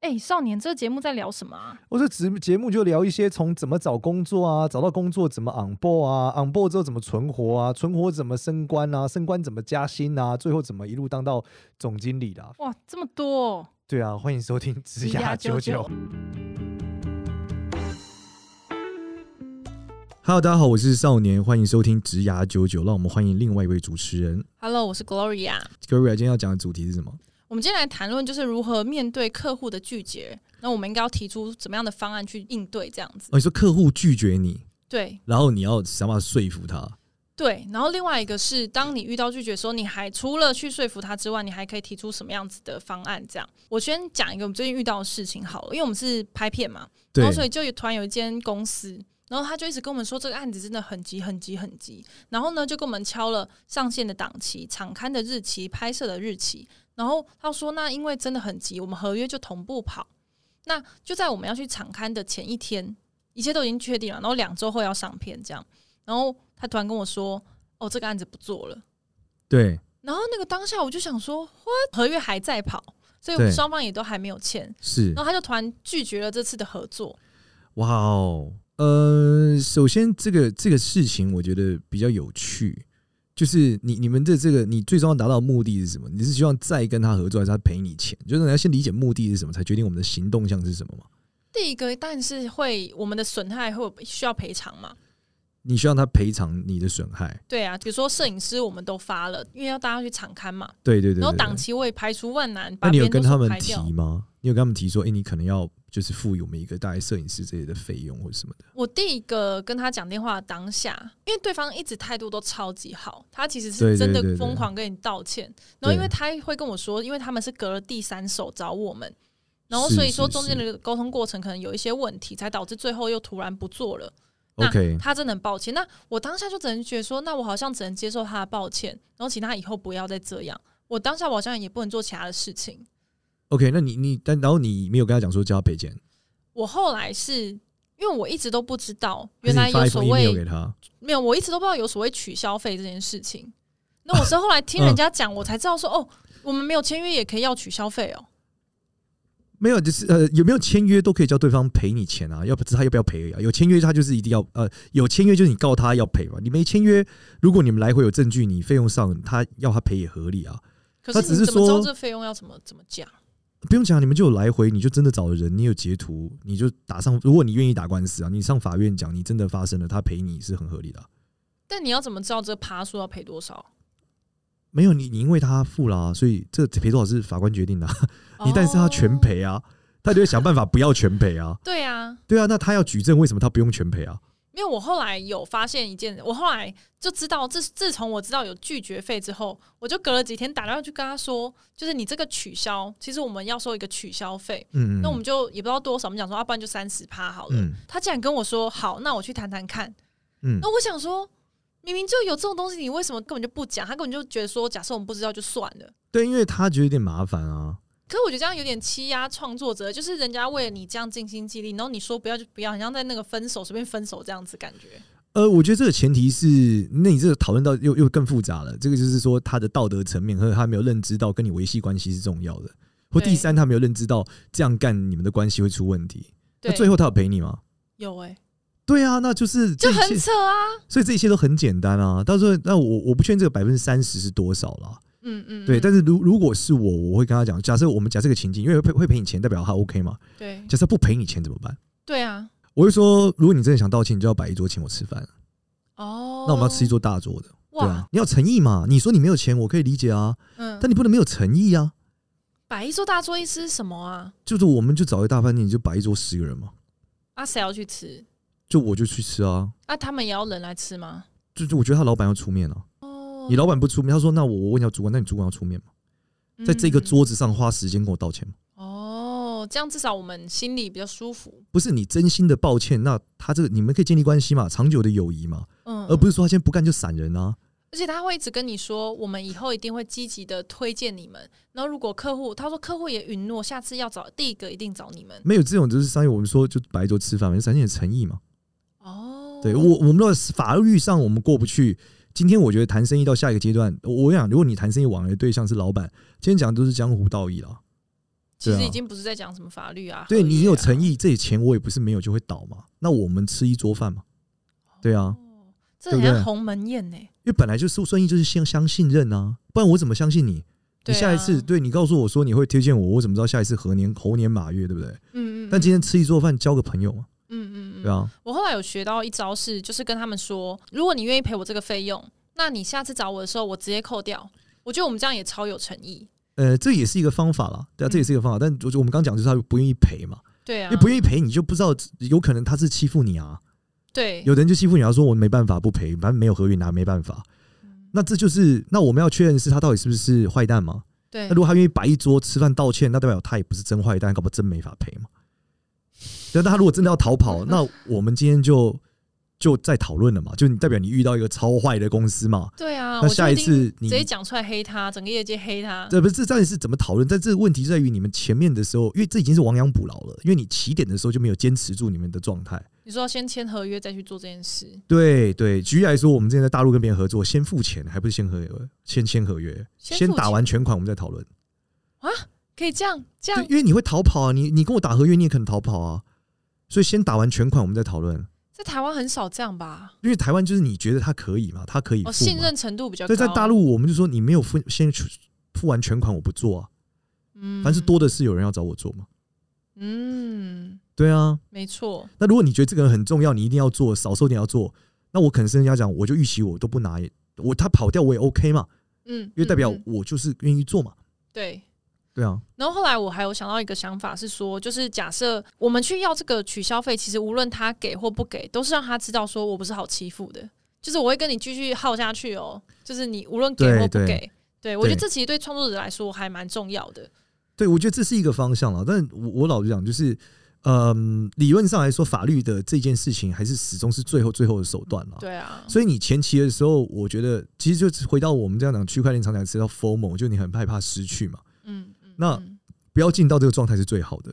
哎、少年，这个节目在聊什么啊？我这节节目就聊一些从怎么找工作啊，找到工作怎么 on board 啊，on board 之后怎么存活啊，存活怎么升官啊，升官怎么加薪啊，最后怎么一路当到总经理啦。哇，这么多、哦！对啊，欢迎收听《职涯九九》。Hello，大家好，我是少年，欢迎收听《职涯九九》。让我们欢迎另外一位主持人 Hello，我是 Gloria。 Gloria。今天要讲的主题是什么？我们今天来谈论就是如何面对客户的拒绝，那我们应该要提出怎么样的方案去应对这样子。哦，你说客户拒绝你，对然后你要想办法说服他。对，然后另外一个是，当你遇到拒绝的时候，你还除了去说服他之外，你还可以提出什么样子的方案？这样，我先讲一个我们最近遇到的事情好了，因为我们是拍片嘛，对然后所以就有突然有一间公司，然后他就一直跟我们说这个案子真的很急很急很急，然后呢就跟我们敲了上线的档期、场刊的日期、拍摄的日期，然后他说那因为真的很急，我们合约就同步跑。那就在我们要去场刊的前一天，一切都已经确定了，然后两周后要上片这样，然后他突然跟我说：“哦，这个案子不做了。”对然后那个当下我就想说，哇，合约还在跑，所以我对们双方也都还没有签。是然后他就突然拒绝了这次的合作。哇哦，呃，首先这个这个事情我觉得比较有趣，就是你你们的这个你最终要达到的目的是什么？你是希望再跟他合作，还是他赔你钱？就是你要先理解目的是什么，才决定我们的行动项是什么嘛？第一个，但是会我们的损害会有需要赔偿嘛？你希望他赔偿你的损害，对啊，比如说摄影师我们都发了，因为要大家去场刊嘛，对对对对然后对档期我也排除万难，那把你别有人跟都他们排提掉。吗？你有跟他们提说，哎、你可能要就是付予我们一个大概摄影师这类的费用或者什么的？我第一个跟他讲电话的当下，因为对方一直态度都超级好，他其实对对是真的对对疯狂跟你道歉。然后因为对他会跟我说，因为他们是隔了第三手找我们，然后是所以说是中间的沟通过程可能有一些问题，才导致最后又突然不做了。那 OK，他真的很抱歉，那我当下就只能觉得说，那我好像只能接受他的抱歉，然后请他以后不要再这样。我当下我好像也不能做其他的事情。 OK，那你你但然后你没有跟他讲说叫他赔钱，我后来是因为我一直都不知道，还原是来你发有一所封谓 email 给他，没有，我一直都不知道有所谓取消费这件事情。那我是后来听人家讲，我才知道说，嗯哦，我们没有签约也可以要取消费哦。没有就是呃有没有签约都可以叫对方赔你钱啊，要不知他要不要赔而已啊。有签约他就是一定要呃有签约就是你告他要赔嘛，你没签约，如果你们来回有证据，你费用上他要他赔也合理啊，可他是只你是怎么知道说这费用要怎么怎么讲？不用讲，你们就有来回，你就真的找人，你有截图，你就打上，如果你愿意打官司啊，你上法院讲你真的发生了，他赔你是很合理的啊、但你要怎么知道这趴数要赔多少？没有你，你因为他付了、啊，所以这赔多少是法官决定的啊、你但是他全哦。赔啊，他就会想办法不要全赔啊。对啊，对啊，那他要举证，为什么他不用全赔啊？因为我后来有发现一件，我后来就知道，自自从我知道有拒绝费之后，我就隔了几天打电话去跟他说，就是你这个取消，其实我们要收一个取消费，嗯，嗯那我们就也不知道多少，我们讲说，啊要、不然就三十趴好了。嗯他竟然跟我说，好，那我去谈谈看。嗯那我想说，明明就有这种东西，你为什么根本就不讲？他根本就觉得说，假设我们不知道就算了。对，因为他觉得有点麻烦啊。可是我觉得这样有点欺压创作者，就是人家为了你这样尽心尽力，然后你说不要就不要，很像在那个分手随便分手这样子感觉。呃，我觉得这个前提是，那你这个讨论到又又更复杂了。这个就是说，他的道德层面和他没有认知到跟你维系关系是重要的，或第对三，他没有认知到这样干你们的关系会出问题。那对，最后他有赔你吗？有哎、对啊，那就是就这一切很扯啊。所以这一切都很简单啊。到时候，那我我不确定这个百分之三十是多少啦。 嗯嗯，对，嗯但是如如果是我，我会跟他讲，假设我们假设个情境，因为会会赔你钱，代表他 OK 嘛？对假设不赔你钱怎么办？对啊。我会说，如果你真的想道歉，你就要摆一桌请我吃饭，哦，那我们要吃一桌大桌的，对哇，啊，你要诚意嘛？你说你没有钱，我可以理解啊，嗯，但你不能没有诚意啊。百一桌大桌一吃什么啊？就是我们就找一大饭店，你就摆一桌十个人嘛，啊，谁要去吃？就我就去吃啊。啊，他们也要人来吃吗？就就我觉得他老板要出面啊，哦，你老板不出面，他说那我我问一下主管，那你主管要出面吗？嗯在这个桌子上花时间跟我道歉吗？哦，这样至少我们心里比较舒服。不是你真心的抱歉，那他这个你们可以建立关系嘛，长久的友谊嘛，嗯，而不是说他现在不干就闪人啊。而且他会一直跟你说，我们以后一定会积极的推荐你们。然后如果客户，他说客户也允诺，下次要找第一个一定找你们。没有这种就是商业，我们说就摆一桌吃饭嘛，就展现诚意嘛。哦，对我，我们如果法律上我们过不去，今天我觉得谈生意到下一个阶段，我我想如果你谈生意往来的对象是老板，今天讲的都是江湖道义啦。其实对啊已经不是在讲什么法律啊，对合约你有诚啊。意，这钱我也不是没有就会倒嘛。那我们吃一桌饭嘛，对啊，哦这很对不对像鸿门宴呢。因为本来就是生意就是相相信任啊，不然我怎么相信你？你对下一次啊对你告诉我说你会推荐我，我怎么知道下一次何年猴年马月，对不对？嗯嗯，嗯但今天吃一桌饭，交个朋友嘛，嗯嗯嗯，对啊，我后来有学到一招是，就是跟他们说，如果你愿意赔我这个费用，那你下次找我的时候，我直接扣掉。我觉得我们这样也超有诚意。呃，这也是一个方法啦，对啊，嗯这也是一个方法。但我觉得我们刚讲就是他不愿意赔嘛，对啊，因为不愿意赔，你就不知道有可能他是欺负你啊。对，有的人就欺负你，他说我没办法不赔，反正没有合约拿没办法。嗯那这就是那我们要确认是他到底是不是坏蛋嘛？对啊那如，果他愿意摆一桌吃饭道歉，那代表他也不是真坏蛋，搞不好真没法赔嘛。 但他如果真的要 逃跑，那我们今天就就再讨论了嘛，就你代表你遇到一个超坏的公司嘛。对啊，那我就下一一定次你直接讲出来黑他，整个业界黑他。这不是这到底是怎么讨论？但这个问题在于你们前面的时候，因为这已经是亡羊补牢了，因为你起点的时候就没有坚持住你们的状态。你说要先签合约再去做这件事，对对，举例来说，我们之前在大陆跟别人合作，先付钱，还不是先合约，先签合约，先先付打钱完全款，我们再讨论。可以这样这对样，因为你会逃跑啊，你你跟我打合约，你也可能逃跑啊，所以先打完全款，我们再讨论。在台湾很少这样吧？因为台湾就是你觉得他可以嘛，他可以付哦，嘛，信任程度比较高。对，在大，陆我们就说你没有付，先付完全款我不做啊，嗯凡是，多的是有人要找我做嘛。嗯，对啊，没错，那如果你觉得这个人很重要，你一定要做，少收点要做，那我可能是人家讲，我就预期我都不拿，我他跑掉我也 OK 嘛，嗯，因为代表嗯嗯我就是愿意做嘛。对。对啊，然后后来我还有想到一个想法是说，就是假设我们去要这个取消费，其实无论他给或不给，都是让他知道说我不是好欺负的，就是我会跟你继续耗下去哦，就是你无论给对或不对给，对我觉得对这其实对创作者来说还蛮重要的。对，我觉得这是一个方向了。但我我老实讲，就是，嗯，理论上来说，法律的这件事情还是始终是最后最后的手段了。对啊，所以你前期的时候，我觉得其实就是回到我们这样讲区块链常讲吃到 formal，就你很害怕失去嘛，嗯，嗯那嗯不要进到这个状态是最好的。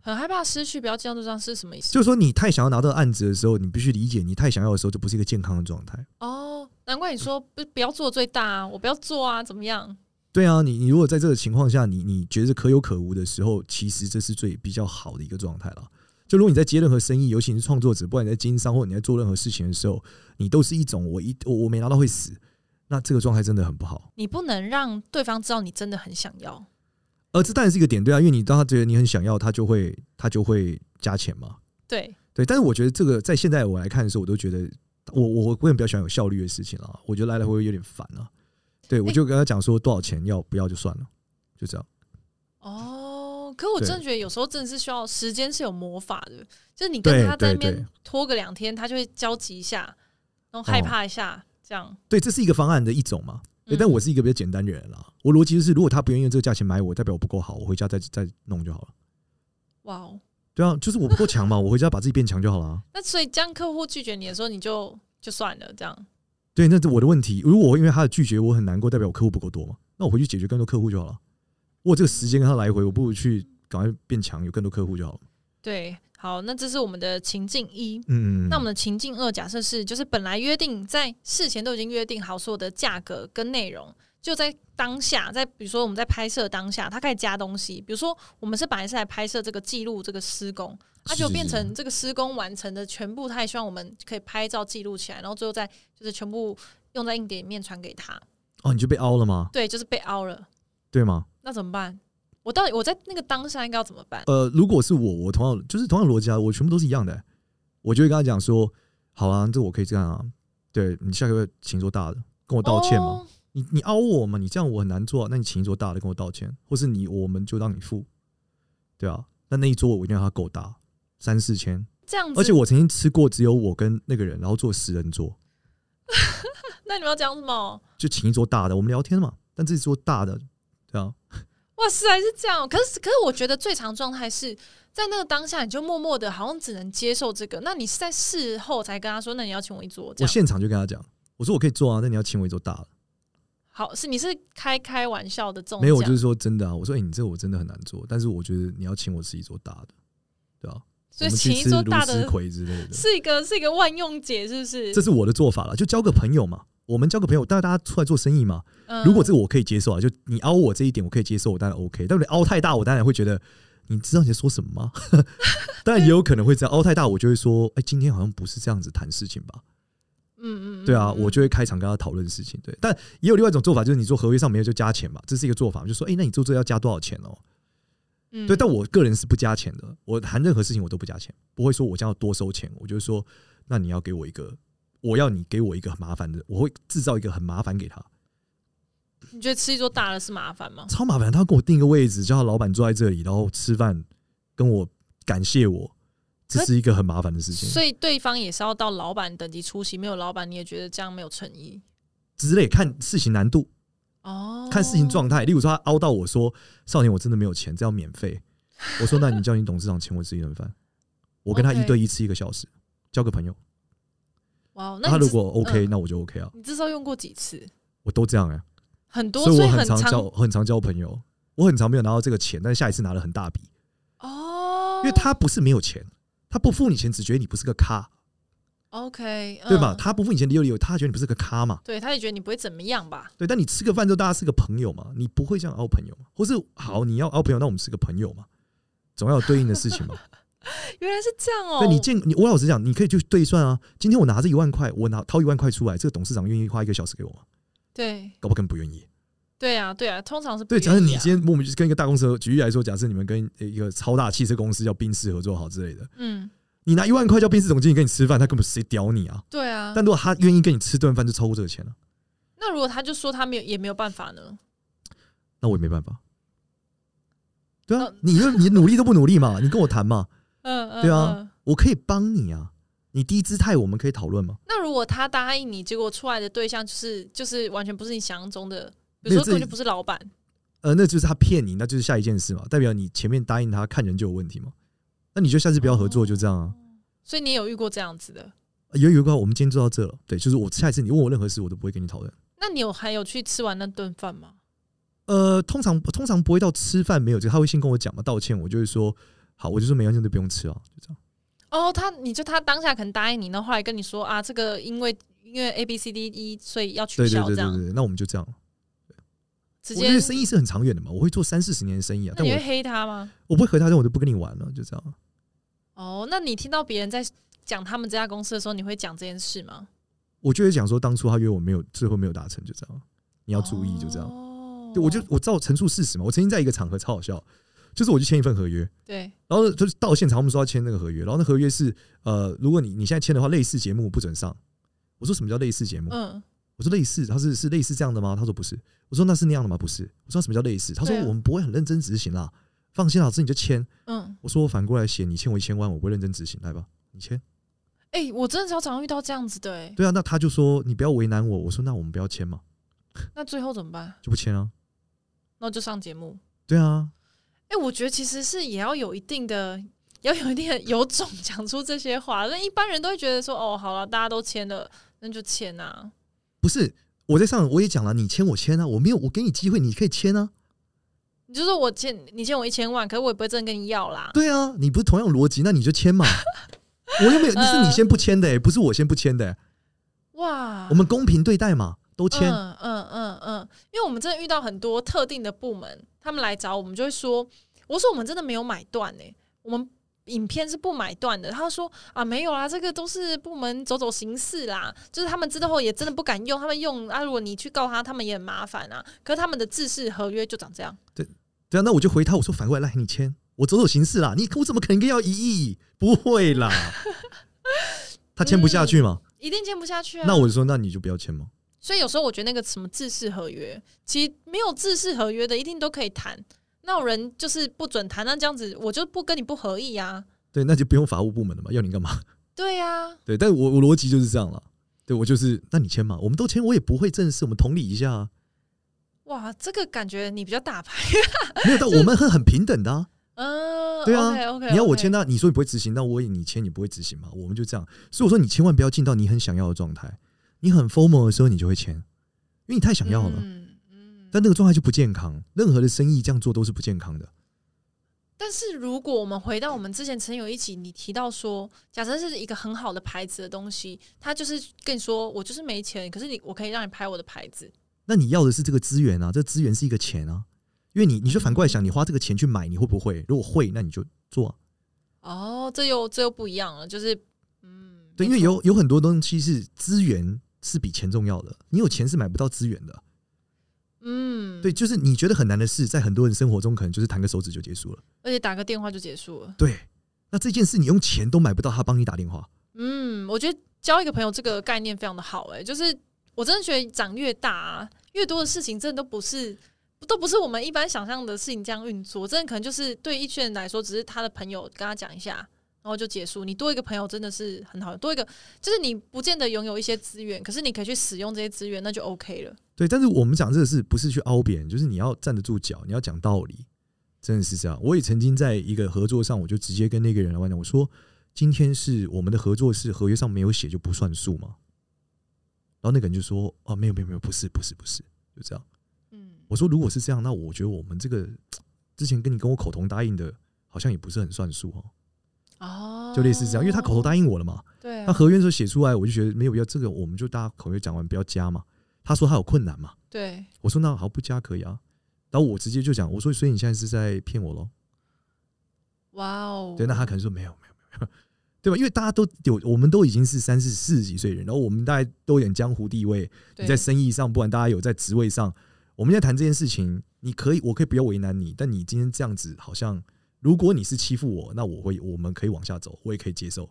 很害怕失去，不要这样做，这样是什么意思？就是说，你太想要拿到案子的时候，你必须理解，你太想要的时候，就不是一个健康的状态。哦，难怪你说不不要做最大啊，我不要做啊，怎么样？对啊，你你如果在这个情况下，你你觉得可有可无的时候，其实这是最比较好的一个状态了。就如果你在接任何生意，尤其是创作者，不管你在经商或者你在做任何事情的时候，你都是一种我一我我没拿到会死，那这个状态真的很不好。你不能让对方知道你真的很想要。而这当然是一个点对啊，因为你当他觉得你很想要，他就会他就会加钱嘛。对，对，但是我觉得这个在现在我来看的时候，我都觉得我我我个人比较喜欢有效率的事情啦，我觉得来来回回有点烦啊。对，我就跟他讲说多少钱要不要就算了，就这样。哦，可我对真的觉得有时候真的是需要时间是有魔法的，就是你跟对他在那对边对拖个两天，他就会焦急一下，然后害哦怕一下，这样。对，这是一个方案的一种嘛。对，嗯但我是一个比较简单的人啦。我逻辑就是，如果他不愿意用这个价钱买我，代表我不够好，我回家再再弄就好了。哇哦，对啊，就是我不 够强嘛，我回家把自己变强就好了啊。那所以这样客户拒绝你的时候，你就就算了，这样。对，那是我的问题。如果我因为他的拒绝我很难过，代表我客户不够多嘛，那我回去解决更多客户就好了。我有这个时间跟他来回，我不如去赶快变强，有更多客户就好了。对，好，那这是我们的情境一。嗯，那我们的情境二假设是，就是本来约定在事前都已经约定好所有的价格跟内容，就在当下，在比如说我们在拍摄当下，他开始加东西，比如说我们是本来是来拍摄这个记录这个施工，它是就是变是成这个施工完成的全部，他也希望我们可以拍照记录起来，然后最后再就是全部用在硬碟里面传给他。哦，你就被凹了吗？对，就是被凹了，对吗？那怎么办？我到底我在那个当下应该要怎么办？呃，如果是我，我同样就是同样逻辑啊，我全部都是一样的、我就会跟他讲说，好啊，这我可以这样啊，对你下个月请做大的，跟我道歉嘛。哦你你凹我嘛，你这样我很难做、啊。那你请一桌大的跟我道歉，或是你我们就让你付，对啊。那那一桌我一定要它够大，三四千。这样子，而且我曾经吃过只有我跟那个人，然后做十人桌，那你们要讲什么？就请一桌大的，我们聊天嘛。但这一桌大的，对啊，哇塞，是这样哦。可是，可是我觉得最常状态是在那个当下，你就默默的，好像只能接受这个。那你是在事后才跟他说，那你要请我一桌这我样。现场就跟他讲，我说我可以做啊，但你要请我一桌大的。好，是你是开开玩笑哦的这种没有，我讲就是说真的啊，我说哎、你这个我真的很难做，但是我觉得你要请我吃一桌大的，对啊。所以我们去请一吃桌芦大丝的葵之类的，是一个是一个万用解，是不是？这是我的做法了，就交个朋友嘛。我们交个朋友，大家大家出来做生意嘛。嗯如果这个我可以接受啊，就你凹我这一点我可以接受，我当然 OK。但你凹太大，我当然会觉得，你知道你在说什么吗？ 当然也有可能会这样，凹太大，我就会说，哎、今天好像不是这样子谈事情吧？嗯嗯，对啊，嗯我就会开场跟他讨论事情。对，但也有另外一种做法，就是你做合约上没有就加钱嘛，这是一个做法，就说，哎、那你做这个要加多少钱哦？嗯对，但我个人是不加钱的，我谈任何事情我都不加钱，不会说我将要多收钱，我就会说，那你要给我一个，我要你给我一个很麻烦的，我会制造一个很麻烦给他。你觉得吃一桌大了是麻烦吗？超麻烦。他跟我定一个位置，叫他老板坐在这里，然后吃饭，跟我感谢我，这可是一个很麻烦的事情所以对方也是要到老板等级出席，没有老板你也觉得这样没有诚意之类。看事情难度，哦。看事情状态。例如说，他凹到我说：“少年，我真的没有钱，这要免费。”我说：“那你叫你董事长请我吃一顿饭，我跟他 OK 一对一吃一个小时，交个朋友。哇哦，那他你如这果 OK，嗯那我就 OK 啊，你这招用过几次？我都这样哎、很多，所以所我很很常常交很常交朋友，我很常没有拿到这个钱，但是下一次拿了很大笔，哦，因为他不是没有钱，他不付你钱只觉得你不是个咖， OK 对吧？嗯他不付你钱的理由，他觉得你不是个咖嘛。对，他也觉得你不会怎么样吧？对，但你吃个饭之后，大家是个朋友嘛，你不会这样凹朋友嘛？或是好，你要凹哦朋友，那我们是个朋友嘛，总要有对应的事 情嘛。原来是这样哦。对你见你，我老实讲，你可以去对算啊。今天我拿着一万块，我拿掏一万块出来，这个董事长愿意花一个小时给我吗？对搞不好根本不愿意。对啊，对啊，通常是不对，假设愿意你啊今天莫名就是跟一个大公司合，举例来说，假设你们跟一个超大汽车公司叫宾士合作好之类的，嗯，你拿一万块叫宾士总经理跟你吃饭，他根本谁屌你啊？对啊。但如果他愿意跟你吃顿饭，就超过这个钱了，那如果他就说他没有，也没有办法呢？那我也没办法。对啊嗯，你就你努力都不努力嘛，你跟我谈嘛。嗯嗯，对啊嗯。我可以帮你啊，你低姿态我们可以讨论吗？那如果他答应你，结果出来的对象就是就是完全不是你想象中的，比如没有说根本这就不是老板，呃，那就是他骗你，那就是下一件事嘛，代表你前面答应他看人就有问题嘛，那你就下次不要合作，就这样啊。所以你也有遇过这样子的。有有一块，我们今天做到这了，对，就是我下一次你问我任何事，我都不会跟你讨论。那你有还有去吃完那顿饭吗？呃，通常通常不会到吃饭没有这个，他会先跟我讲嘛，道歉，我就会说好，我就说没关系，那就不用吃啊，就这样。哦，他你就他当下可能答应你，然后后来跟你说啊，这个因为因为 A B C D E，所以要取对对消这对对样，对，那我们就这样。直我接觉得生意是很长远的嘛，我会做三四十年的生意啊，那但你我会黑他吗？我不会和他，但我就不跟你玩了，就这样。哦，那你听到别人在讲他们这家公司的时候，你会讲这件事吗？我就会讲说，当初他约我没有，最后没有达成，就这样。你要注意，就这样。哦对，我就我照陈述事实嘛。我曾经在一个场合超好笑，就是我去签一份合约，对然后就是到现场我们说要签那个合约，然后那合约是呃，如果你你现在签的话，类似节目不准上。我说什么叫类似节目？嗯我说类似，他是是类似这样的吗？他说不是。我说那是那样的吗？不是。我说什么叫类似？他说对啊我们不会很认真执行啦，放心，老师你就签。嗯，我说我反过来写，你欠我一千万，我不会认真执行，来吧，你签。哎、我真的超常遇到这样子的哎、对啊，那他就说你不要为难我。我说那我们不要签嘛，那最后怎么办？就不签啊。那我就上节目。对啊，哎、我觉得其实是也要有一定的，要有一定的有种讲出这些话。那一般人都会觉得说，哦，好了，大家都签了，那就签啊。不是我在上我也讲了，你签我签啊，我没有我给你机会，你可以签啊。你就说我欠你欠我一千万，可是我也不会真的跟你要啦。对啊，你不是同样逻辑，那你就签嘛。我 又没有，呃是你先不签的、欸，不是我先不签的欸、哇，我们公平对待嘛，都签。嗯嗯嗯嗯，因为我们真的遇到很多特定的部门，他们来找我们就会说，我说我们真的没有买断呢、我们影片是不买断的。他说啊，没有啦，这个都是部门走走形式啦，就是他们之后也真的不敢用，他们用啊，如果你去告他，他们也很麻烦啊。可是他们的制式合约就长这样，对啊，那我就回他，我说反过来来你签，我走走形式啦。你我怎么可能要一亿？不 会啦，他签不下去嘛。一定签不下去啊。那我就说，那你就不要签嘛。所以有时候我觉得那个什么制式合约，其实没有制式合约的一定都可以谈。那种人就是不准谈，那这样子我就不跟你不合意啊。对，那就不用法务部门了嘛，要你干嘛？对呀、对，但我我逻辑就是这样了。对我就是，那你签嘛，我们都签，我也不会正式，我们同理一下啊。哇，这个感觉你比较大牌，没有，但我们很很平等的啊。嗯，对啊 o k o k 你要我签，那你说你不会执行，那我也你签你不会执行嘛？我们就这样，所以我说你千万不要进到你很想要的状态，你很 formal 的时候你就会签，因为你太想要了，嗯嗯，但那个状态就不健康。任何的生意这样做都是不健康的，但是如果我们回到我们之前曾有一集，你提到说，假设是一个很好的牌子的东西，他就是跟你说，我就是没钱，可是你我可以让你拍我的牌子，那你要的是这个资源啊，这资源是一个钱啊，因为你你就反过来想，你花这个钱去买，你会不会？如果会，那你就做、啊。哦，这又这又不一样了，就是嗯，对，因为有有很多东西是资源是比钱重要的，你有钱是买不到资源的。嗯，对，，就是你觉得很难的事，在很多人生活中可能就是弹个手指就结束了。而且打个电话就结束了。对，那这件事你用钱都买不到，他帮你打电话。嗯，我觉得交一个朋友这个概念非常的好、欸，哎，就是我真的觉得长越大、啊，越多的事情真的都不是。都不是我们一般想象的事情这样运作，真的可能就是对一群人来说，只是他的朋友跟他讲一下，然后就结束。你多一个朋友真的是很好，多一个就是你不见得拥有一些资源，可是你可以去使用这些资源，那就 OK 了。对，但是我们讲这个事不是去凹别人，就是你要站得住脚，你要讲道理，真的是这样。我也曾经在一个合作上，我就直接跟那个人来讲，我说今天是我们的合作是合约上没有写就不算数嘛。然后那个人就说：“哦、没有没有没有，不是不是不是，就这样。”嗯，我说如果是这样，那我觉得我们这个之前跟你跟我口头答应的，好像也不是很算数哦，哦，就类似这样，因为他口头答应我了嘛，对、那啊，合约的时候写出来，我就觉得没有必要，这个我们就大家口约讲完不要加嘛。他说他有困难嘛，对，我说那好不加可以啊，然后我直接就讲，我说所以你现在是在骗我喽？哇哦，对，那他可能说没有没有没有，对吧？因为大家都有，我们都已经是三四四十几岁的人，然后我们大家都有点江湖地位，你对在生意上，不管大家有在职位上，我们在谈这件事情，你可以，我可以不要为难你，但你今天这样子，好像如果你是欺负我，那我会，我们可以往下走，我也可以接受。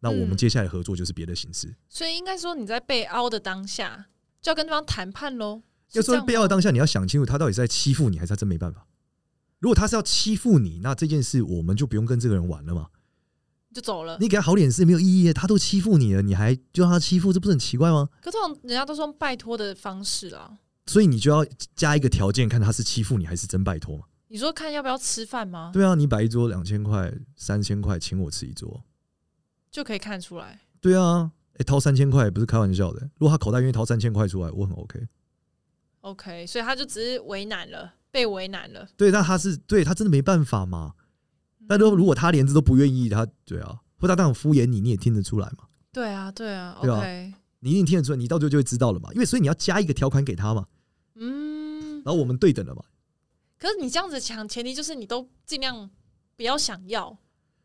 那我们嗯接下来合作就是别的形式。所以应该说你在被凹的当下，就要跟对方谈判喽。是这要说样被要吗当下，你要想清楚，他到底是在欺负你，还是他真没办法。如果他是要欺负你，那这件事我们就不用跟这个人玩了嘛。就走了。你给他好脸色没有意义耶，他都欺负你了，你还就让他欺负，这不是很奇怪吗？可通常人家都是用拜托的方式啦。所以你就要加一个条件，看他是欺负你还是真拜托嘛。你说看要不要吃饭吗？对啊，你摆一桌两千块、三千块，请我吃一桌。就可以看出来。对啊，诶，掏三千块也不是开玩笑的。欸如果他口袋愿意掏三千块出来，我很 OK。 OK，所以他就只是为难了，被为难了。对，那他是对他真的没办法嘛？但如果如果他连这都不愿意，他对啊，或他当然敷衍你，你也听得出来嘛。对啊，对啊对啊 o k 你一定听得出来，你到最后就会知道了嘛。因为所以你要加一个条款给他嘛，嗯。然后我们对等了嘛。可是你这样子抢，前提就是你都尽量不要想要。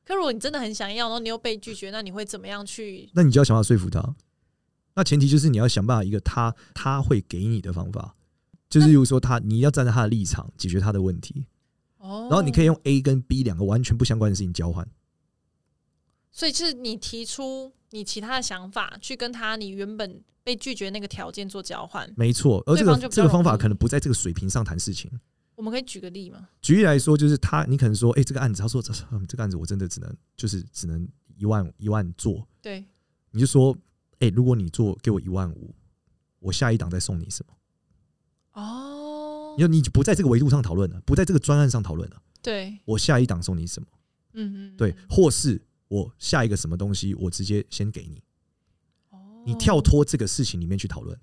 可如果你真的很想要，然后你又被拒绝，那你会怎么样去？那你就要想办法说服他。那前提就是你要想办法一个他他会给你的方法，就是比如说他你要站在他的立场解决他的问题，哦然后你可以，用 A 跟 B 两个完全不相关的事情交换。所以就是你提出你其他的想法，去跟他你原本被拒绝那个条件做交换。没错，而这个对方就比较这个方法容易可能不在这个水平上谈事情。我们可以举个例吗？举例来说，就是他，你可能说，哎、这个案子，他说，这嗯这个案子我真的只能就是只能一万一万做，对，你就说，哎、如果你做给我一万五，我下一档再送你什么？哦你，说你不在这个维度上讨论了，不在这个专案上讨论了，对，我下一档送你什么？嗯嗯，对嗯，或是我下一个什么东西，我直接先给你，你跳哦脱这个事情里面去讨论。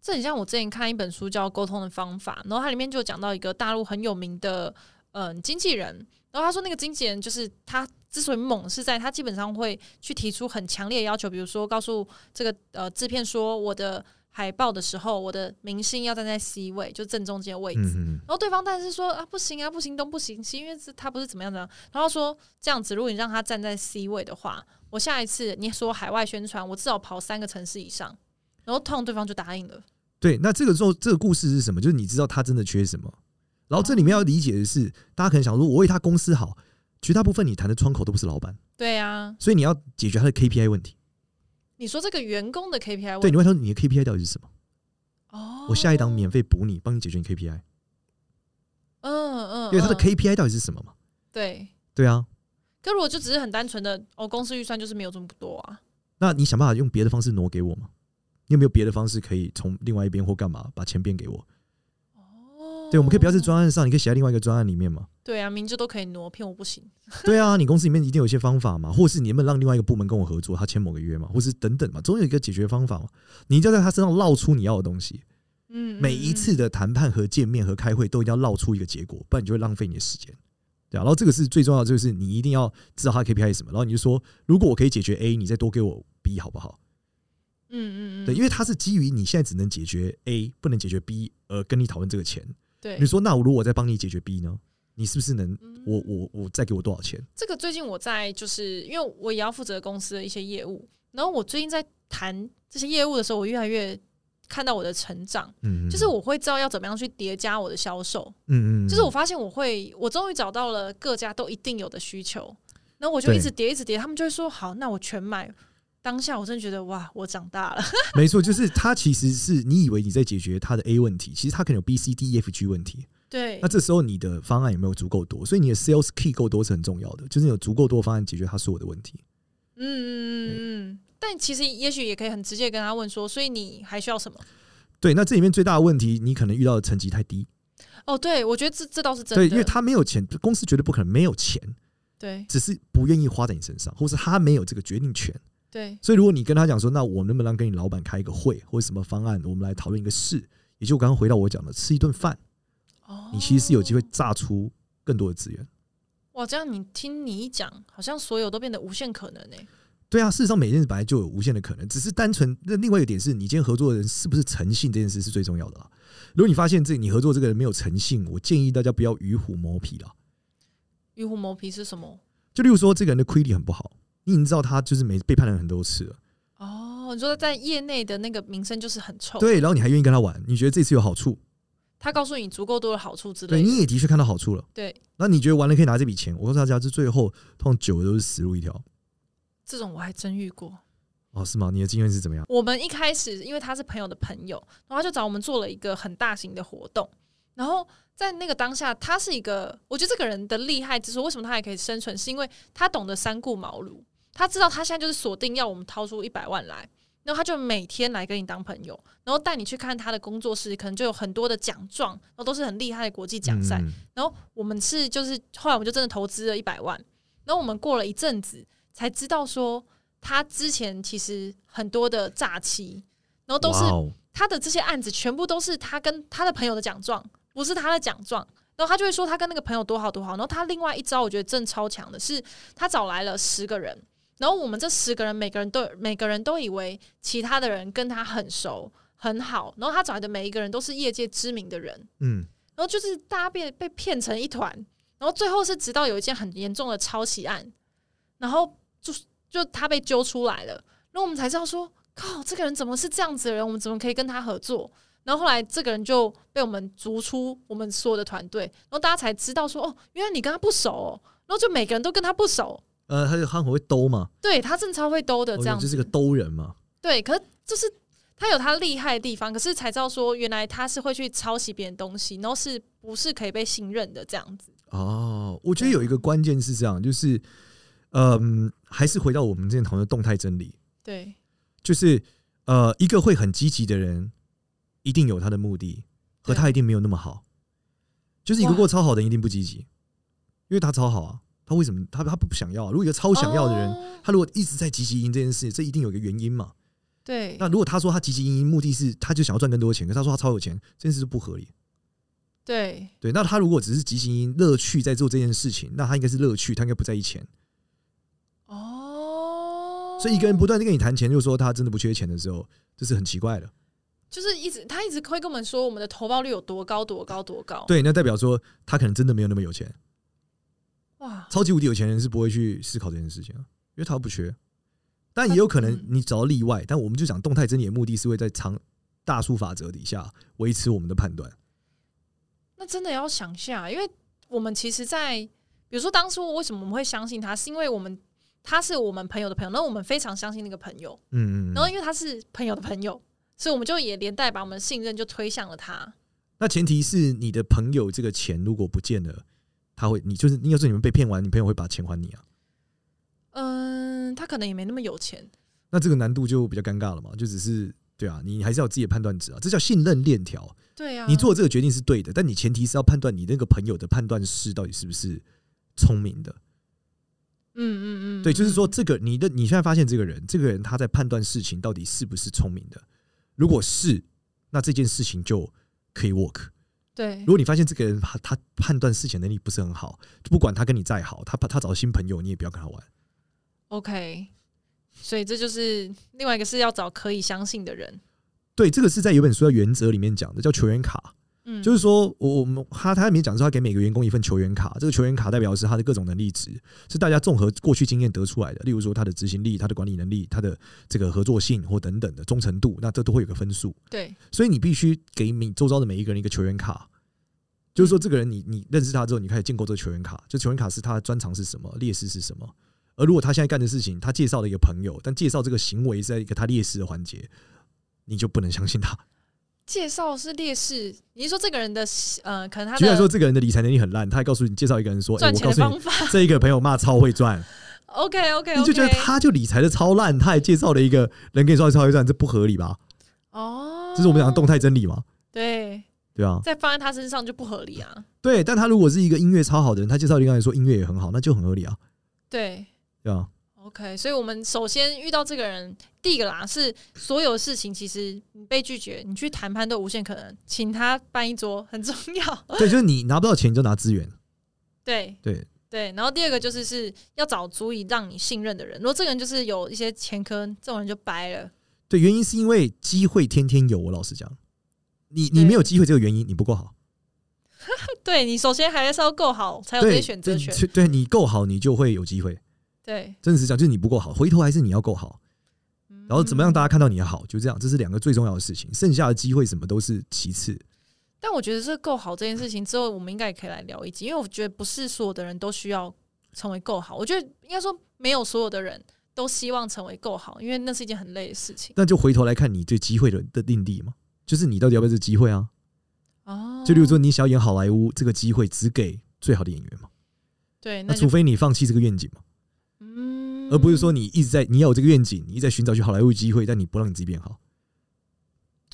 这很像我之前看一本书叫《沟通的方法》，然后它里面就有讲到一个大陆很有名的嗯、经纪人，然后他说那个经纪人就是他之所以猛是在他基本上会去提出很强烈的要求，比如说告诉这个呃制片说我的海报的时候，我的明星要站在 C 位，就正中间的位置。嗯嗯，然后对方当然是说啊，不行啊，不行东不行西，因为是他不是怎么样怎么样。然后说这样子，如果你让他站在 C 位的话，我下一次你说海外宣传，我至少跑三个城市以上。然后通常对方就答应了。对。那这个时候，这个故事是什么？就是你知道他真的缺什么。然后这里面要理解的是，大家可能想说，我为他公司好，绝大部分你谈的窗口都不是老板，对啊，所以你要解决他的 KPI 问题。你说这个员工的 KPI 问对，你问他说你的 KPI 到底是什么？哦，我下一档免费补你，帮你解决你 KPI，嗯嗯，因为他的嗯 KPI 到底是什么嘛？对。对啊，可如果就只是很单纯的哦，公司预算就是没有这么多啊，那你想办法用别的方式挪给我嘛？你有没有别的方式可以从另外一边或干嘛把钱变给我？哦，对，我们可以不要在专案上，你可以写在另外一个专案里面嘛。对啊，明知都可以挪，骗我不行。对啊，你公司里面一定有一些方法嘛，或是你能不能让另外一个部门跟我合作，他签某个约嘛，或是等等嘛，总有一个解决方法嘛。你一定要在他身上绕出你要的东西。嗯，嗯每一嗯次的谈判和见面和开会都一定要绕出一个结果，不然你就会浪费你的时间。对啊，然后这个是最重要的，就是你一定要知道他 KPI 是什么，然后你就说，如果我可以解决 A，你再多给我 B 好不好？嗯嗯嗯，对，因为它是基于你现在只能解决 A，不能解决 B，而跟你讨论这个钱。对你说，那如果我再帮你解决 B 呢？你是不是能嗯我我我再给我多少钱？这个最近我在就是因为我也要负责公司的一些业务，然后我最近在谈这些业务的时候，我越来越看到我的成长，嗯，就是我会知道要怎么样去叠加我的销售，嗯，嗯嗯，就是我发现我会，我终于找到了各家都一定有的需求，然后我就对一直叠一直叠，他们就会说好，那我全买。当下我真的觉得哇，我长大了， 没错，就是它其实是你以为你在解决它的 A 问题，其实它可能有 B、C、D、E、F、G 问题。对嗯那，这时候你的方案有没有足够多？所以你的 sales key 够多是很重要的，就是你有足够多的方案解决它所有的问题。嗯嗯嗯嗯，但其实也许也可以很直接跟他问说，所以你还需要什么？对，那这里面最大的问题，你可能遇到的成绩太低。哦，对，我觉得这这倒是真的，对，因为他没有钱，公司绝对不可能没有钱，对只是不愿意花在你身上，或是他没有这个决定权。对所以如果你跟他讲说，那我能不能跟你老板开一个会，或者什么方案，我们来讨论一个事，也就我刚刚回到我讲的，吃一顿饭，哦，你其实是有机会榨出更多的资源。哇，这样你听你一讲，好像所有都变得无限可能欸呢、对啊，事实上每件事本来就有无限的可能，只是单纯那另外一个点是你今天合作的人是不是诚信这件事是最重要的啦。如果你发现这你合作这个人没有诚信，我建议大家不要与虎谋皮啦。与虎谋皮是什么？就例如说这个人的 credit 很不好，你已经知道他就是没背叛了很多次了，哦，你说在业内的那个名声就是很臭，对，然后你还愿意跟他玩，你觉得这次有好处，他告诉你足够多的好处之对，类的，你也的确看到好处了，对，那你觉得玩了可以拿这笔钱，我告诉大家，这最后通常久的都是死路一条。这种我还真遇过。哦，是吗？你的经验是怎么样？我们一开始因为他是朋友的朋友，然后他就找我们做了一个很大型的活动，然后在那个当下，他是一个，我觉得这个人的厉害之处，为什么他还可以生存，是因为他懂得三顾茅庐，他知道他现在就是锁定要我们掏出一百万来。然后他就每天来跟你当朋友，然后带你去看他的工作室，可能就有很多的奖状，然后都是很厉害的国际奖赛。嗯然后我们是就是后来我们就真的投资了一百万，然后我们过了一阵子才知道说他之前其实很多的诈欺，然后都是哇哦他的这些案子全部都是他跟他的朋友的奖状，不是他的奖状。然后他就会说他跟那个朋友多好多好。然后他另外一招我觉得真的超强的是，他找来了十个人，然后我们这十个人每个人都每个人都以为其他的人跟他很熟很好，然后他找来的每一个人都是业界知名的人，嗯，然后就是大家被被骗成一团，然后最后是直到有一件很严重的抄袭案，然后就是就他被揪出来了，然后我们才知道说，靠，这个人怎么是这样子的人？我们怎么可以跟他合作？然后后来这个人就被我们逐出我们所有的团队，然后大家才知道说，哦，原来你跟他不熟、哦，然后就每个人都跟他不熟，呃，他就他很会兜嘛，对他正超会兜的哦这样子，就是个兜人嘛。对，可是就是他有他厉害的地方，可是才知道说，哦原来他是会去抄袭别人东西，然后是不是可以被信任的这样子。哦，我啊觉得有一个关键是这样，就是，嗯，还是回到我们之前讨论的动态真理，对，就是，呃，一个会很积极的人，一定有他的目的，和对他一定没有那么好。就是一个哇过超好的人一定不积极，因为他超好啊，他为什么他他不想要、啊？如果一个超想要的人，哦他如果一直在积极赢这件事，这一定有一个原因嘛。对，那如果他说他积极赢，目的是他就想要赚更多的钱，可是他说他超有钱，这件事是不合理的。对，对，那他如果只是极其乐趣在做这件事情，那他应该是乐趣，他应该不在意钱。哦，所以一个人不断的跟你谈钱，就说他真的不缺钱的时候，这是很奇怪的。就是一直他一直会跟我们说我们的投报率有多高多高多高。，对，那代表说他可能真的没有那么有钱。哇，超级无敌有钱人是不会去思考这件事情啊，因为他不缺。但也有可能嗯你找到例外，但我们就讲动态真理的目的是会在长大数法则底下维持我们的判断。那真的要想一下，因为我们其实在，比如说当初为什么我们会相信他，是因为我们他是我们朋友的朋友，那我们非常相信那个朋友，嗯嗯然后嗯。因为他是朋友的朋友，所以我们就也连带把我们的信任就推向了他。那前提是你的朋友这个钱如果不见了，他会你就是应该说你们被骗完，你朋友会把钱还你啊。嗯，他可能也没那么有钱，那这个难度就比较尴尬了嘛，就只是对啊，你还是要有自己的判断值啊，这叫信任链条。对啊，你做的这个决定是对的，但你前提是要判断你那个朋友的判断是到底是不是聪明的。嗯，嗯嗯嗯，对，就是说嗯，这个你的你现在发现这个人，这个人他在判断事情到底是不是聪明的，如果是，那这件事情就可以 work。对如，果你发现这个人他他判断事情能力不是很好，就不管他跟你再好，他他找新朋友你也不要跟他玩。 OK，所以这就是另外一个是要找可以相信的人。对，这个是在有本书叫《原则》里面讲的，叫球员卡，嗯，就是说我我们他他里面讲说，他给每个员工一份球员卡，这个球员卡代表的是他的各种能力值，是大家综合过去经验得出来的，例如说他的执行力、他的管理能力、他的这个合作性或等等的忠诚度，那这都会有个分数。对所以你必须给你周遭的每一个人一个球员卡，就是说这个人你你认识他之后，你开始建构这个球员卡，就球员卡是他的专长是什么，劣势是什么。而如果他现在干的事情，他介绍了一个朋友，但介绍这个行为是在一个他劣势的环节，你就不能相信他。介绍是劣势，你是说这个人的呃，可能他虽然说的这个人的理财能力很烂，他还告诉你介绍一个人说：“哎、赚我钱告的诉你方，法 这一个朋友骂超会赚。 ，OK OK，你就觉得他就理财的超烂，他还介绍了一个人给你说超会赚，这不合理吧？哦，这是我们讲的动态真理嘛？对，对啊，再放在他身上就不合理啊，对。但他如果是一个音乐超好的人，他介绍另外一个人说音乐也很好，那就很合理啊。对。对啊， OK，所以我们首先遇到这个人，第一个啦是所有事情，其实你被拒绝，你去谈判都有无限可能，请他搬一桌很重要。 对，就是你拿不到钱，你就拿资源。对对对，然后第二个就是是要找足以让你信任的人，如果这个人就是有一些前科，这种人就掰了。对，原因是因为机会天天有。我老实讲，你你对没有机会，这个原因你不够好。对你首先还是要够好，才有这对，些选择权。这对你够好，你就会有机会。对，真实讲，就是你不够好，回头还是你要够好。然然后怎么样，大家看到你的好，就这样，这是两个最重要的事情。剩下的机会什么都是其次。但我觉得这够好这件事情之后，我们应该也可以来聊一集，因为我觉得不是所有的人都需要成为够好。我觉得应该说，没有所有的人都希望成为够好，因为那是一件很累的事情。那就回头来看你对机会的的定力嘛，就是你到底要不要这机会啊？哦，就例如说，你想要演好莱坞，这个机会只给最好的演员嘛，对，那那除就非你放弃这个愿景嘛，嗯而不是说你一直在你要有这个愿景，你一直在寻找去好莱坞机会，但你不让你自己变好。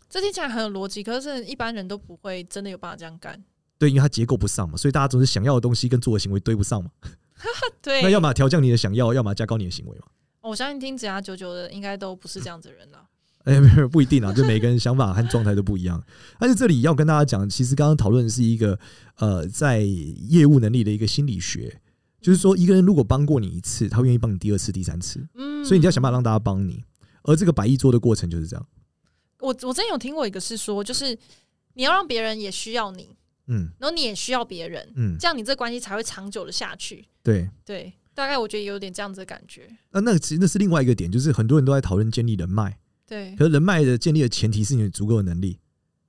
这听起来很有逻辑，可是一般人都不会真的有办法这样干。对，因为它结构不上嘛，所以大家总是想要的东西跟做的行为对不上嘛。对，那要么调降你的想要，要么加高你的行为嘛。哦我相信听子牙九九的应该都不是这样子的人了。哎、没有没有不一定啊，就每个人想法和状态都不一样。但是这里要跟大家讲，其实刚刚讨论的是一个呃，在业务能力的一个心理学，就是说一个人如果帮过你一次，他会愿意帮你第二次、第三次，嗯，所以你就要想办法让大家帮你。而这个百亿做的过程就是这样，我我之前有听过一个是说，就是你要让别人也需要你，嗯然后你也需要别人，嗯，这样你这关系才会长久的下去。对。对，大概我觉得有点这样子的感觉。那那个其实那是另外一个点，就是很多人都在讨论建立人脉，对可是人脉的建立的前提是你有足够的能力。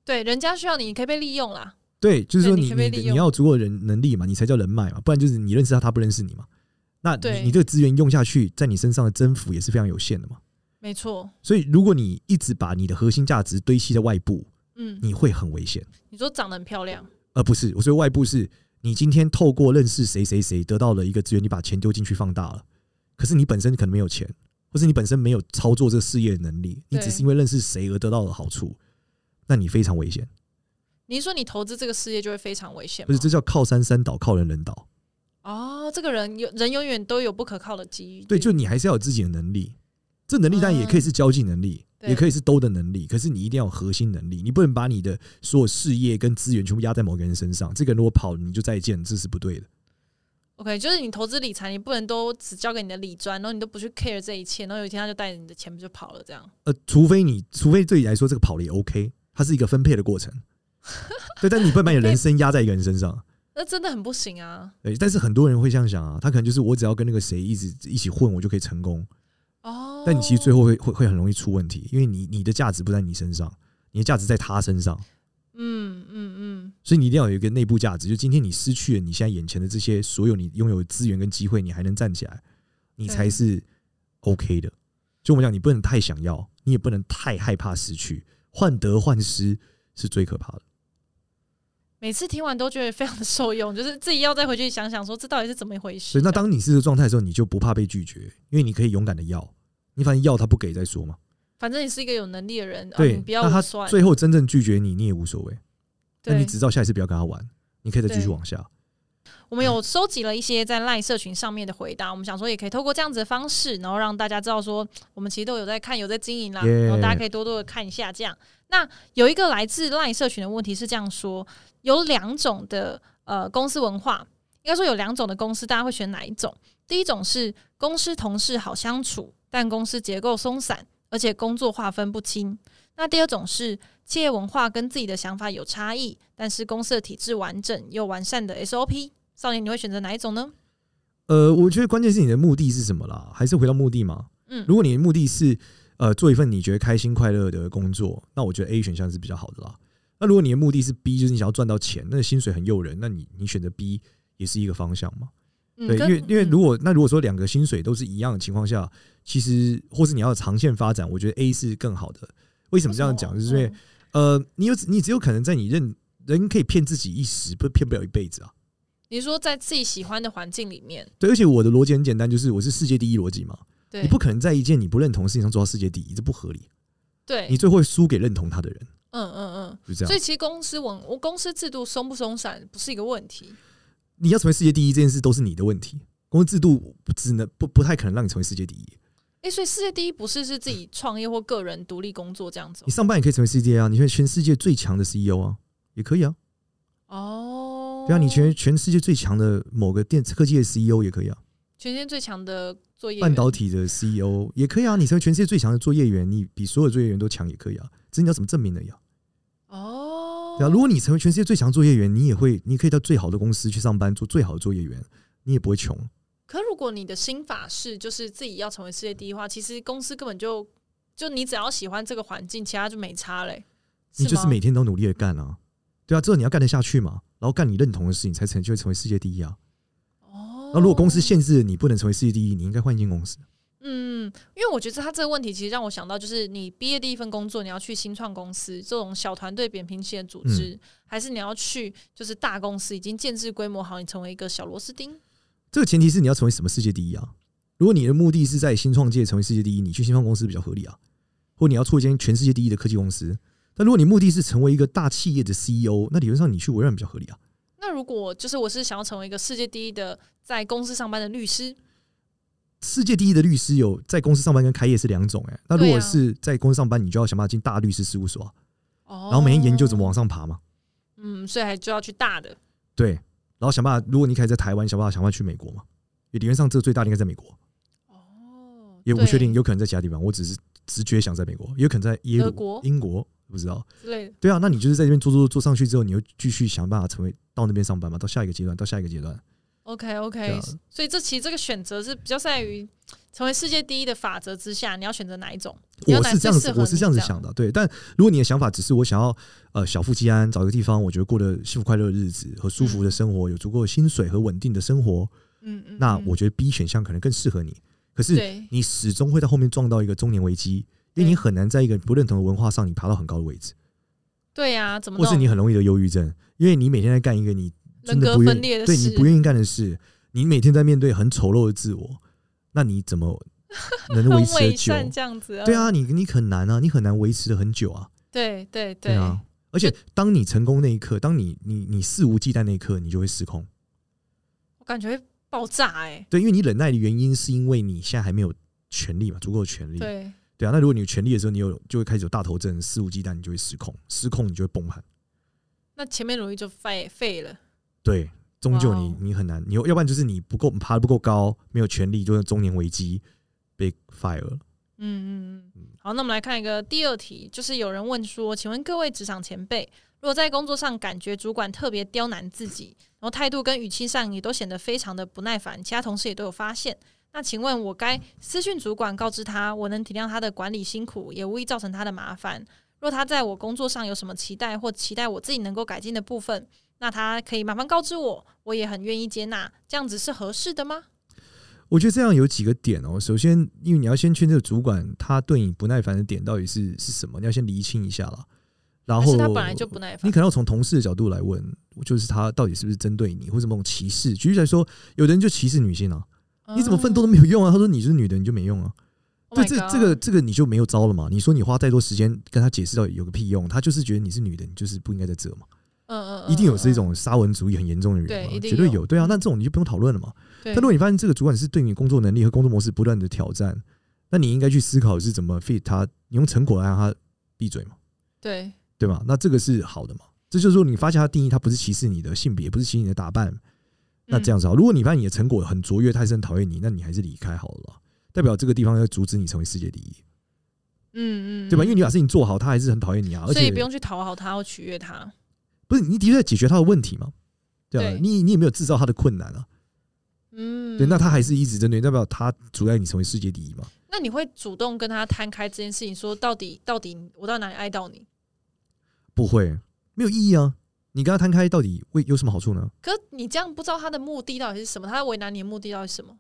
对，人家需要你，你可以被利用啦。对，就是对说你你可被利你的用你要有足够的人能力嘛，你才叫人脉嘛，不然就是你认识他，他不认识你嘛。那对你你这个资源用下去，在你身上的征服也是非常有限的嘛。没错，所以如果你一直把你的核心价值堆砌在外部，嗯，你会很危险。你说长得很漂亮，而不是，我说外部是你今天透过认识谁谁谁得到了一个资源，你把钱丢进去放大了，可是你本身可能没有钱，或是你本身没有操作这个事业的能力，你对只是因为认识谁而得到了好处，那你非常危险。你是说你投资这个事业就会非常危险吗？不是，这叫靠山山倒，靠人人倒。哦，这个人有人永远都有不可靠的机遇。对，就你还是要有自己的能力。这能力当然也可以是交际能力，嗯也可以是兜的能力，可是你一定要有核心能力，你不能把你的所有事业跟资源全部压在某个人身上。这个人如果跑了，你就再见，这是不对的。 OK，就是你投资理财，你不能都只交给你的理专，然后你都不去 care 这一切，然后有一天他就带着你的钱就跑了，这样。呃，除非你，除非对你来说这个跑了也 OK，它是一个分配的 过程。对，但你不能把你的人生压在一个人身上。那真的很不行啊！对，但是很多人会这样想啊，他可能就是我只要跟那个谁一直一起混，我就可以成功。哦，但你其实最后会会会很容易出问题，因为你你的价值不在你身上，你的价值在他身上。嗯嗯嗯，所以你一定要有一个内部价值，就今天你失去了你现在眼前的这些所有你拥有的资源跟机会，你还能站起来，你才是 OK 的。就我们讲，你不能太想要，你也不能太害怕失去，患得患失是最可怕的。每次听完都觉得非常的受用，就是自己要再回去想想，说这到底是怎么一回事所以，。那当你是这个状态的时候，你就不怕被拒绝，因为你可以勇敢的要，你反正要他不给再说嘛。反正你是一个有能力的人，啊、对，你不要那无他算。最后真正拒绝你，你也无所谓。那对你只知道下一次不要跟他玩，你可以再继续对往下。我们有收集了一些在赖社群上面的回答，我们想说也可以透过这样子的方式，然后让大家知道说我们其实都有在看，有在经营啦 Yeah 然后大家可以多多的看一下这样。那嗯有一个来自赖社群的问题是这样说：有两种的呃公司文化，应该说有两种的公司，大家会选哪一种？第一种是公司同事好相处，但公司结构松散，而且工作划分不清。那第二种是企业文化跟自己的想法有差异，但是公司的体制完整又完善的 SOP。少年，你会选择哪一种呢？呃，我觉得关键是你的目的是什么啦，还是回到目的嘛？嗯如果你的目的是呃做一份你觉得开心快乐的工作，那我觉得 A 选项是比较好的啦。那如果你的目的是 B，就是你想要赚到钱，那薪水很诱人，那你你选择 B 也是一个方向嘛？嗯对，因跟为因为嗯如果那如果说两个薪水都是一样的情况下，其实或是你要长线发展，我觉得 A 是更好的。为什么这样讲？就是因为嗯呃，你有你只有可能在你认人可以骗自己一时，不骗不了一辈子啊。你说在自己喜欢的环境里面，对，而且我的逻辑很简单，就是我是世界第一逻辑嘛。对你不可能在一件你不认同的事情上做到世界第一，这不合理。对，你嗯啊最后会输给认同他的人，嗯就这嗯，所样以。其实公司文我公司制度松不松散不是一个问题。你要成为世界第一这件事都是你的问题，公司制度不只能不不太可能让你成为世界第一。诶，所以世界第一不是是自己创业或个人独立工作这样子哦你上班也可以成为世界啊，你成为全世界最强的 CEO 啊，也可以啊。哦。对啊，你成为全世界最强的某个电科技的 CEO 也可以啊，全世界最强的作业员半导体的 CEO 也可以啊，你成为全世界最强的作业员，你比所有作业员都强也可以啊，只是你要怎么证明而已啊。哦。对啊，如果你成为全世界最强作业员，你也会，你可以到最好的公司去上班，做最好的作业员，你也不会穷。啊可如果你的心法是就是自己要成为世界第一的话，其实公司根本就就你只要喜欢这个环境，其他就没差嘞、你就是吗每天都努力的干啊，对啊，这你要干得下去嘛，然后干你认同的事情，才成就会成为世界第一啊。哦。那如果公司限制了你不能成为世界第一，你应该换一间公司。嗯，因为我觉得他这个问题其实让我想到，就是你毕业第一份工作，你要去新创公司这种小团队扁平型的组嗯织，还是你要去就是大公司已经建制规模好，你成为一个小螺丝钉？这个前提是你要成为什么世界第一啊？如果你的目的是在新创界成为世界第一，你去新创公司比较合理啊，或你要做一间全世界第一的科技公司。但如果你目的是成为一个大企业的 CEO，那理论上你去微软比较合理啊。那如果就是我是想要成为一个世界第一的在公司上班的律师，世界第一的律师有在公司上班跟开业是两种、欸，那如对果啊是在公司上班，你就要想办法进大律师事务所啊、哦，然后每天研究怎么往上爬嘛。嗯，所以还就要去大的。对，然后想办法，如果你可以在台湾，想办法想办法去美国嘛。也理论上，这个最大的应该在美国，哦，也不确定，对有可能在其他地方。我只是直觉想在美国，也有可能在耶德鲁国、英国，不知道。之类的。对啊，那你就是在这边做做做上去之后，你又继续想办法成为到那边上班嘛，到下一个阶段，到下一个阶段。 OK 对 OK，、啊所以这其实这个选择是比较在于成为世界第一的法则之下，你要选择哪一种？你要我哪是这样最子适，合我是你这样子这样想的。对，但如果你的想法只是我想要呃小富即安，找一个地方，我觉得过得幸福快乐的日子和舒服的生活，有足够的薪水和稳定的生活，嗯嗯，那嗯我觉得 B 选项可能更适合你。可是对你始终会在后面撞到一个中年危机，因为你对很难在一个不认同的文化上，你爬到很高的位置，对呀、怎么或弄？是你很容易得忧郁症，因为你每天在干一个你人真的格不愿分裂的对事，你不愿意干的事，你每天在面对很丑陋的自我，那你怎么能 很维持伪的久？善这样子、对，啊，你你很难啊，你很难维持的很久啊。对对对对啊，而且当你成功那一刻，当你你你肆无忌惮那一刻，你就会失控。我感觉会爆炸哎、对，因为你忍耐的原因是因为你现在还没有权利嘛，足够的权利。对，对啊，那如果你有权利的时候，你有就会开始有大头症，肆无忌惮，你就会失控，失控你就会崩盘。那前面容易就废废了，对，终究哇你哦你很难，你要不然就是你不够爬得不够高，没有权利，就是中年危机被 fire 了。嗯嗯嗯嗯。好，那我们来看一个第二题，就是有人问说，请问各位职场前辈，如果在工作上感觉主管特别刁难自己，然后态度跟语气上也都显得非常的不耐烦，其他同事也都有发现。那请问，我该私讯主管告知他，我能体谅他的管理辛苦，也无意造成他的麻烦。若他在我工作上有什么期待，或期待我自己能够改进的部分，那他可以麻烦告知我，我也很愿意接纳。这样子是合适的吗？我觉得这样有几个点哦。首先，因为你要先确认这个主管他对你不耐烦的点到底是是什么，你要先厘清一下啦。然还后是他本来就不耐你烦？可能要从同事的角度来问，就是他到底是不是针对你，或者某种歧视。举例来说，有的人就歧视女性啊，你嗯怎么奋斗都没有用啊。他说你是女的，你就没用啊。 Oh 这 my 这 God 这个这个你就没有招了嘛？你说你花再多时间跟他解释到底有个屁用？他就是觉得你是女的，你就是不应该在这嘛。嗯嗯嗯，一定有这嗯，种沙文主义很严重的人对嘛，一定绝对有嗯有。对啊，那这种你就不用讨论了嘛。但但如果你发现这个主管是对你工作能力和工作模式不断的挑战，那你应该去思考是怎么 fit 他，你用成果来让他闭嘴嘛，对对吗？那这个是好的嘛？这就是说，你发现他的定义，他不是歧视你的性别，不是歧视你的打扮，那嗯这样子啊，如果你发现你的成果很卓越，他也是很讨厌你，那你还是离开好了啦，代表这个地方要阻止你成为世界第一，嗯嗯，嗯对吧？因为你把事情做好，他还是很讨厌你啊，而所以且不用去讨好他或取悦他，不是你的确在解决他的问题嘛，对啊对，你你也没有制造他的困难啊，嗯，对，那他还是一直针对，代表他阻碍你成为世界第一嘛？那你会主动跟他摊开这件事情，说到底到底我到哪里爱到你？不会，没有意义啊！你跟他摊开，到底为有什么好处呢？可你这样不知道他的目的到底是什么，他为难你的目的到底是什么？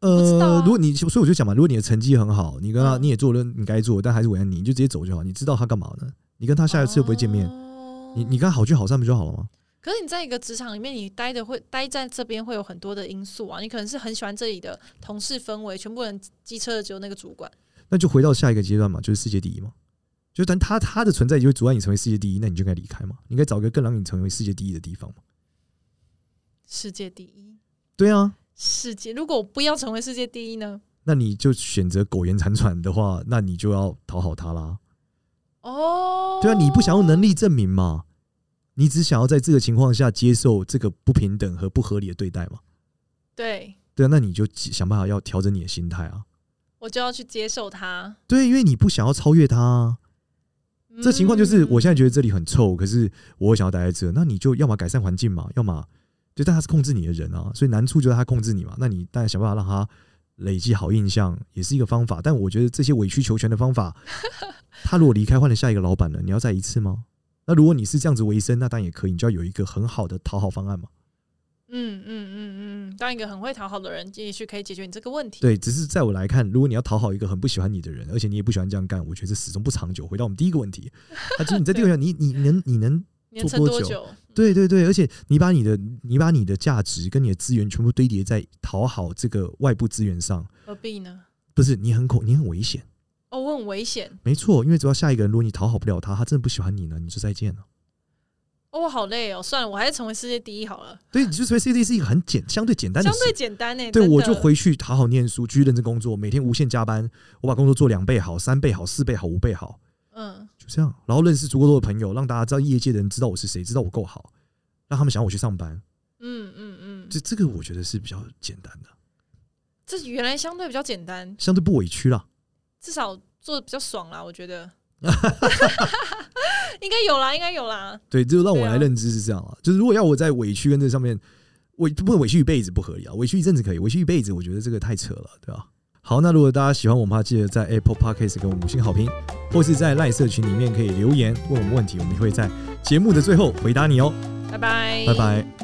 不知呃，道啊如果你所以我就讲嘛，如果你的成绩很好，你跟他、嗯你也做了你该做，但还是为难你，你就直接走就好。你知道他干嘛呢？你跟他下一次又不会见面，哦你你跟他好聚好散不就好了吗？可是你在一个职场里面，你待的会待在这边会有很多的因素啊，你可能是很喜欢这里的同事氛围，全部人机车的只有那个主管。那就回到下一个阶段嘛，就是世界第一嘛。就但他他的存在就会阻碍你成为世界第一，那你就该离开嘛，你应该找一个更让你成为世界第一的地方嘛。世界第一，对啊，世界如果我不要成为世界第一呢？那你就选择苟延残喘的话，那你就要讨好他啦。哦，对啊，你不想用能力证明嘛，你只想要在这个情况下接受这个不平等和不合理的对待嘛。对，对啊，那你就想办法要调整你的心态啊。我就要去接受他。对，因为你不想要超越他、啊。这情嗯况就是，我现在觉得得这里很臭，可是我想要待在这，那你就要么改善环境嘛，要么就但他是控制你的人啊，所以难处就在他控制你嘛。那你当然想办法让他累积好印象，也是一个方法。但我觉得这些委曲求全的方法，他如果离开换了下一个老板了，你要再一次吗？那如果你是这样子为生，那当然也可以，你就要有一个很好的讨好方案嘛。嗯嗯嗯嗯，当一个很会讨好的人，也许可以解决你这个问题。对，只是在我来看，如果你要讨好一个很不喜欢你的人，而且你也不喜欢这样干，我觉得这始终不长久。回到我们第一个问题，他就是你在第二个，你你能你能年成做多多久久？对对对，而且你把你的你把你的价值跟你的资源全部堆叠在讨好这个外部资源上，何必呢？不是你很恐你很危险，哦，我很危险，没错，因为只要下一个人，如果你讨好不了他，他真的不喜欢你呢，你就再见了。哦，我好累哦，算了，我还是成为世界第一好了，对，你就觉得 CD 是一个很简相对简单的相事，对简单呢。欸对真的我就回去好好念书，继续认真工作，每天无限加班，我把工作做两倍好、三倍好、四倍好、五倍好，嗯就这样，然后认识足够多的朋友，让大家知道业界的人知道我是谁，知道我够好，让他们想我去上班，嗯嗯嗯，这这个我觉得是比较简单的，这原来相对比较简单，相对不委屈啦。至少做的比较爽啦，我觉 得。 应该有啦，应该有啦。对，就让我对啊来认知是这样啊。就是如果要我在委屈跟这上面，委不能委屈一辈子不合理啊，委屈一阵子可以，委屈一辈子我觉得这个太扯了，对吧、好，那如果大家喜欢我们的话，记得在 Apple Podcast 给我们五星好评，或是在赖社群里面可以留言问我们问题，我们会在节目的最后回答你哦。拜拜，拜拜。